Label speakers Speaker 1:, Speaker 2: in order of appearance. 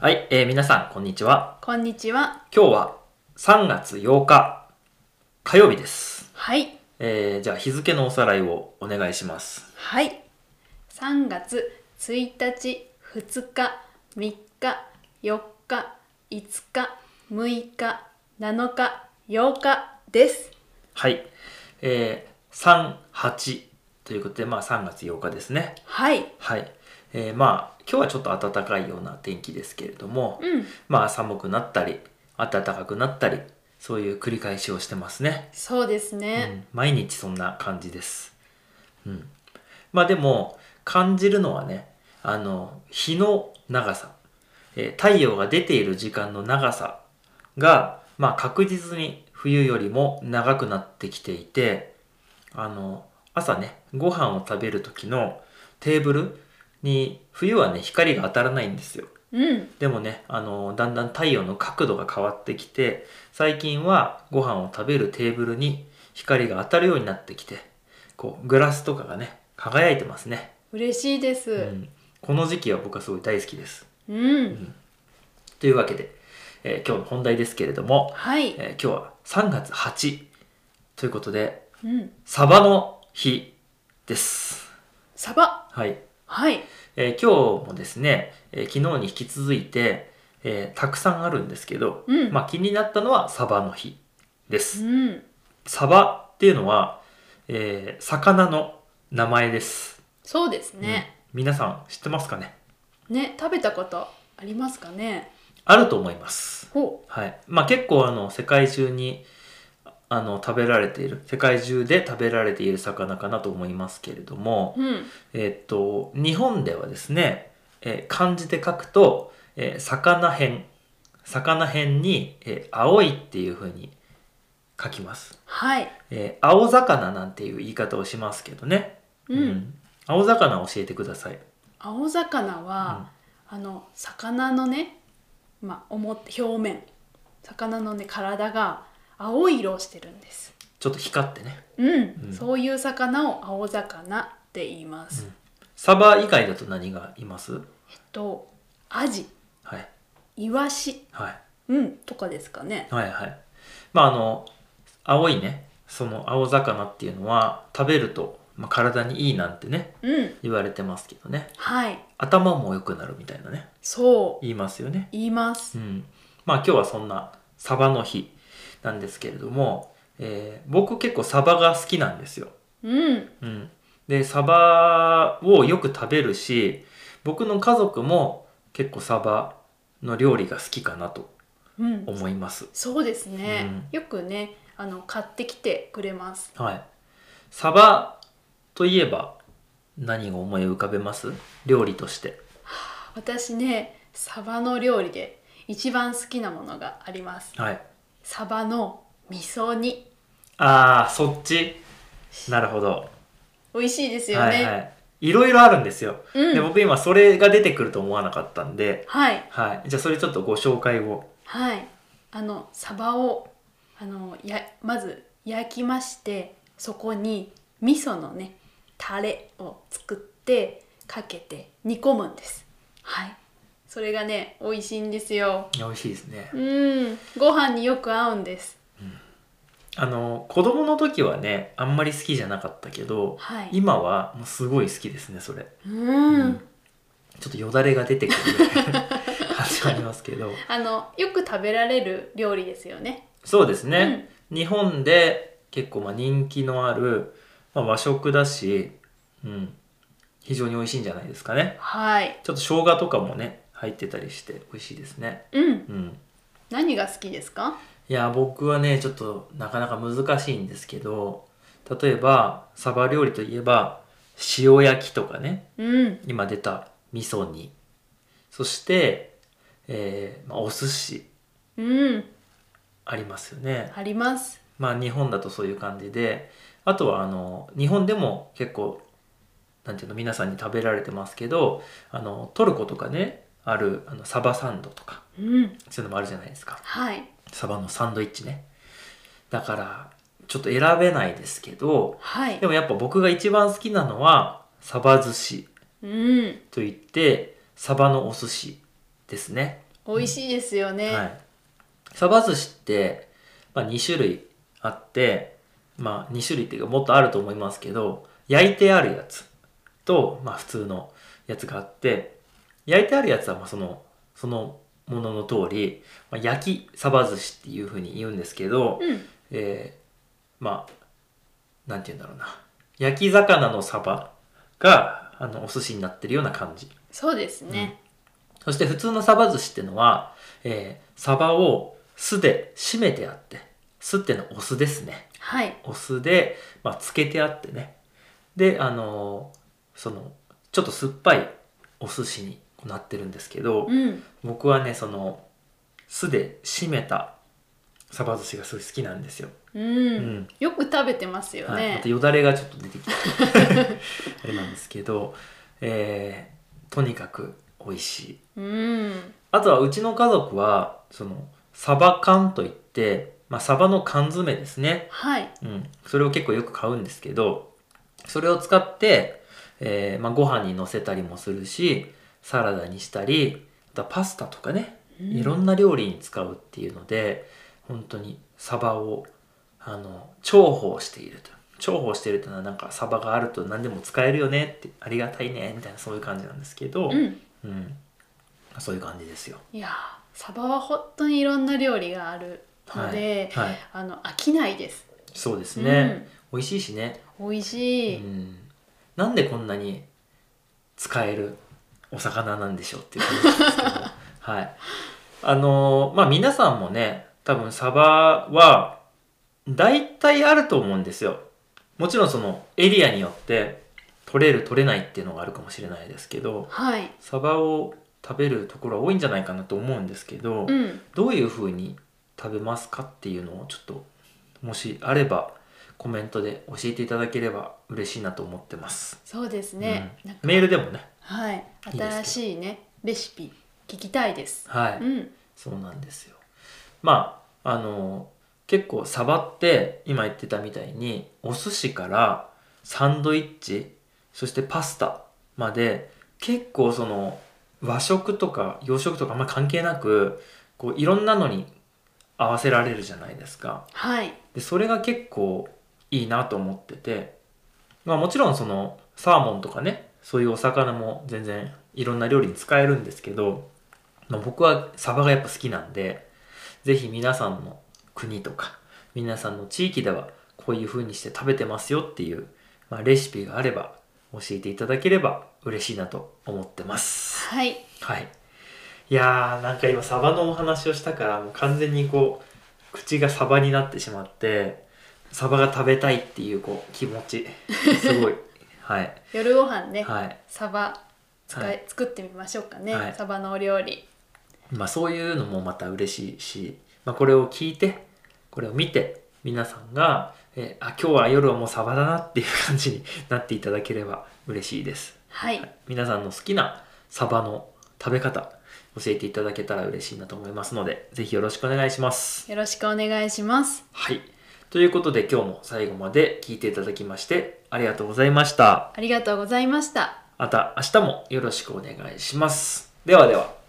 Speaker 1: はい、えー皆さん、こんにちは。
Speaker 2: こんにちは。
Speaker 1: 今日は3月8日、火曜日です。
Speaker 2: はい。
Speaker 1: えーじゃあ日付のおさらいをお願いします。
Speaker 2: はい。3月1日、2日、3日、4日、5日、6日、7日、8日です。
Speaker 1: はい。えー、38ということで、まあ3月8日ですね。
Speaker 2: はい。
Speaker 1: はい。えーまあ今日はちょっと暖かいような天気ですけれども、
Speaker 2: うん。
Speaker 1: まあ寒くなったり、暖かくなったり、そういう繰り返しをしてますね。
Speaker 2: そうです
Speaker 1: う
Speaker 2: ね。
Speaker 1: ん毎日そんな感じです、うん、まあでも感じるのはねあの日の長さ、えー太陽が出ている時間の長さが、まあ、確実に冬よりも長くなってきていてあの朝ねご飯を食べる時のテーブルに冬はね光が当たらないんですよ
Speaker 2: うん。
Speaker 1: でもねあのだんだん太陽の角度が変わってきて最近はご飯を食べるテーブルに光が当たるようになってきてこうグラスとかがね輝いてますね、
Speaker 2: 嬉しいで
Speaker 1: う
Speaker 2: す。
Speaker 1: ん、この時期は僕はすごい大好きです
Speaker 2: うん。
Speaker 1: というわけで、えー今日の本題ですけれども、
Speaker 2: はい。
Speaker 1: えー今日は3月8ということで
Speaker 2: うん。
Speaker 1: サバの日です
Speaker 2: サバ。
Speaker 1: はい
Speaker 2: はい。
Speaker 1: えー今日もですね、えー昨日に引き続いて、えーたくさんあるんですけど、
Speaker 2: うん
Speaker 1: まあ、気になったのはサバの日で
Speaker 2: う
Speaker 1: す、
Speaker 2: ん。
Speaker 1: サバっていうのは、えー魚の名前です、
Speaker 2: そうです
Speaker 1: うん
Speaker 2: ね。
Speaker 1: 皆さん知ってますかね
Speaker 2: ね、食べたことありますかね。
Speaker 1: あると思います、
Speaker 2: ほ
Speaker 1: はいまあ、結構あの世界中にあの食べられている世界中で食べられている魚かなと思いますけれども、
Speaker 2: う。うん。
Speaker 1: えっと、日本ではですね、えー漢字で書くと、えー魚編、魚編に、えー青いっていう風に書きます。
Speaker 2: はい。
Speaker 1: えー青魚なんていう言い方をしますけどね。
Speaker 2: うん。
Speaker 1: 青魚を教えてください。
Speaker 2: 青魚は、あの魚のね、まあ、表表面魚のね体が青い色をしてるんです、
Speaker 1: ちょっと光ってね。
Speaker 2: うん
Speaker 1: うん
Speaker 2: そういう魚を青魚って言います、
Speaker 1: うんサバ以外だと何がいます
Speaker 2: とアジ
Speaker 1: はい。
Speaker 2: イワシ、
Speaker 1: はい。
Speaker 2: うん、とかですかね
Speaker 1: はいはい。まああの、青いね、その青魚っていうのは食べると、まあ、体にいいなんてね、
Speaker 2: うん
Speaker 1: 言われてますけどね。
Speaker 2: はい
Speaker 1: 頭も良くなるみたいなね
Speaker 2: そう
Speaker 1: 言いますよね
Speaker 2: 言いま
Speaker 1: う
Speaker 2: す
Speaker 1: んまあ今日はそんなサバの日なんですけれども、えー僕結構サバが好きなんですよ、
Speaker 2: うん
Speaker 1: うん、でサバをよく食べるし僕の家族も結構サバの料理が好きかなと
Speaker 2: うん
Speaker 1: 思います
Speaker 2: そうですね、
Speaker 1: う
Speaker 2: よくねあの買ってきてくれます
Speaker 1: はいサバといえば何を思い浮かべます料理として
Speaker 2: 私ねサバの料理で一番好きなものがあります
Speaker 1: はい
Speaker 2: サバの味噌煮
Speaker 1: ああそっちなるほど
Speaker 2: 美味しいですよね、
Speaker 1: はいはい、いろいろあるんですよ、
Speaker 2: うん
Speaker 1: で僕今それが出てくると思わなかったんで、
Speaker 2: はい
Speaker 1: はい、じゃあそれちょっとご紹介を
Speaker 2: はいあのサバをあのやまず焼きましてそこに味噌のねタレを作ってかけて煮込むんですはいそれがね美味しいんですよ
Speaker 1: 美味しいですね
Speaker 2: うんご飯によく合うんです
Speaker 1: あの子供の時はねあんまり好きじゃなかったけど、
Speaker 2: はい
Speaker 1: 今はもうすごい好きですねそれ、
Speaker 2: うん、
Speaker 1: うんちょっとよだれが出てくる感じがありますけど
Speaker 2: あのよく食べられる料理ですよね
Speaker 1: そうですね、日本で結構まあ人気のある、まあ、和食だし、うん、非常に美味しいんじゃないですかね
Speaker 2: はい
Speaker 1: ちょっと生姜とかもね入ってたりして美味しいですね
Speaker 2: うん
Speaker 1: うん
Speaker 2: 何が好きですか
Speaker 1: いや僕はねちょっとなかなか難しいんですけど例えばサバ料理といえば塩焼きとかね
Speaker 2: うん
Speaker 1: 今出た味噌煮そして、えーまあ、お寿司
Speaker 2: うん
Speaker 1: ありますよね
Speaker 2: あります
Speaker 1: まあ日本だとそういう感じであとはあの日本でも結構なんていうの皆さんに食べられてますけどあのトルコとかねあるあのサバサンドとか
Speaker 2: うん
Speaker 1: そういうのもあるじゃないですか
Speaker 2: はい
Speaker 1: サバのサンドイッチねだからちょっと選べないですけど
Speaker 2: はい
Speaker 1: でもやっぱ僕が一番好きなのはサバ寿司
Speaker 2: うん
Speaker 1: といってサバのお寿司ですね
Speaker 2: 美味しいですよね、
Speaker 1: はい、サバ寿司って、まあ、2種類あって、まあ、2種類っていうかもっとあると思いますけど焼いてあるやつと、まあ、普通のやつがあって焼いてあるやつはまあそのそのものの通り、まあ、焼きサバ寿司っていうふうに言うんですけど、
Speaker 2: うん
Speaker 1: えーまあなんて言うんだろうな焼き魚のサバがあのお寿司になってるような感じ
Speaker 2: そうですね、
Speaker 1: そして普通のサバ寿司ってのは、えーサバを酢で締めてあって、酢ってのはお酢ですね。
Speaker 2: はい
Speaker 1: お酢で、まあ、漬けてあってね。で、あのーその、ちょっと酸っぱいお寿司になってるんですけど、
Speaker 2: うん
Speaker 1: 僕はね、その、酢で締めたサバ寿司がすごい好きなんですよ。
Speaker 2: うん、
Speaker 1: ん
Speaker 2: よく食べてますよ
Speaker 1: はい、ま
Speaker 2: ね
Speaker 1: た、よだれがちょっと出てきたあれなんですけど、えーとにかく美味しい。
Speaker 2: うん
Speaker 1: あとはうちの家族は、その、サバ缶といって、まあ、サバの缶詰ですね。
Speaker 2: はい
Speaker 1: うん。それを結構よく買うんですけど、それを使って、えーまあ、ご飯に乗せたりもするし、サラダにしたり、あとはパスタとかね、
Speaker 2: うん
Speaker 1: いろんな料理に使うっていうので、本当にサバを、あの、重宝していると。重宝しているというのはなんかサバがあると何でも使えるよねって、ありがたいね、みたいなそういう感じなんですけど、
Speaker 2: うん
Speaker 1: うん。そういう感じですよ。
Speaker 2: いやーサバは本当にいろんな料理があるので、
Speaker 1: はいはい、
Speaker 2: あの飽きないです
Speaker 1: そうですね、美味しいしね、
Speaker 2: 美味
Speaker 1: う
Speaker 2: しい、
Speaker 1: ん、なんでこんなに使えるお魚なんでしょうっていう感じです けどはいあのーまあ皆さんもね多分サバは大体あると思うんですよもちろんそのエリアによって取れる取れないっていうのがあるかもしれないですけど
Speaker 2: はい
Speaker 1: サバを食べるところは多いんじゃないかなと思うんですけど、
Speaker 2: うん
Speaker 1: どういう風に食べますかっていうのをちょっともしあればコメントで教えていただければ嬉しいなと思ってます
Speaker 2: そうですね、なんか
Speaker 1: メールでもね
Speaker 2: はい
Speaker 1: いいですけど
Speaker 2: 新しいねレシピ聞きたいです
Speaker 1: はい、
Speaker 2: うん
Speaker 1: そうなんですよまああの結構サバって今言ってたみたいにお寿司からサンドイッチそしてパスタまで結構その和食とか洋食とかあんまり関係なくこういろんなのに合わせられるじゃないですか
Speaker 2: はい
Speaker 1: でそれが結構いいなと思ってて、まあ、もちろんそのサーモンとかねそういうお魚も全然いろんな料理に使えるんですけど、まあ、僕はサバがやっぱ好きなんでぜひ皆さんの国とか皆さんの地域ではこういう風にして食べてますよっていう、まあ、レシピがあれば教えていただければ嬉しいなと思ってます。
Speaker 2: はい
Speaker 1: はい。いやー、なんか今、サバのお話をしたから、もう完全にこう、口がサバになってしまって、サバが食べたいっていう、こう、気持ち。すごい。はい。
Speaker 2: 夜ご飯ね、
Speaker 1: はい。
Speaker 2: サバ使い、
Speaker 1: はい
Speaker 2: 作ってみましょうかね、
Speaker 1: はい
Speaker 2: サバのお料理
Speaker 1: まあ、そういうのもまた嬉しいし、まあ、これを聞いて、これを見て、皆さんが、えーあ、今日は夜はもうサバだなっていう感じになっていただければ嬉しいです。
Speaker 2: はい、
Speaker 1: 皆さんの好きなサバの食べ方、教えていただけたら嬉しいなと思いますので、ぜひよろしくお願いします。
Speaker 2: よろしくお願いします
Speaker 1: はい。ということで今日も最後まで聞いていただきましてありがとうございました。
Speaker 2: ありがとうございました
Speaker 1: また明日もよろしくお願いします。ではでは。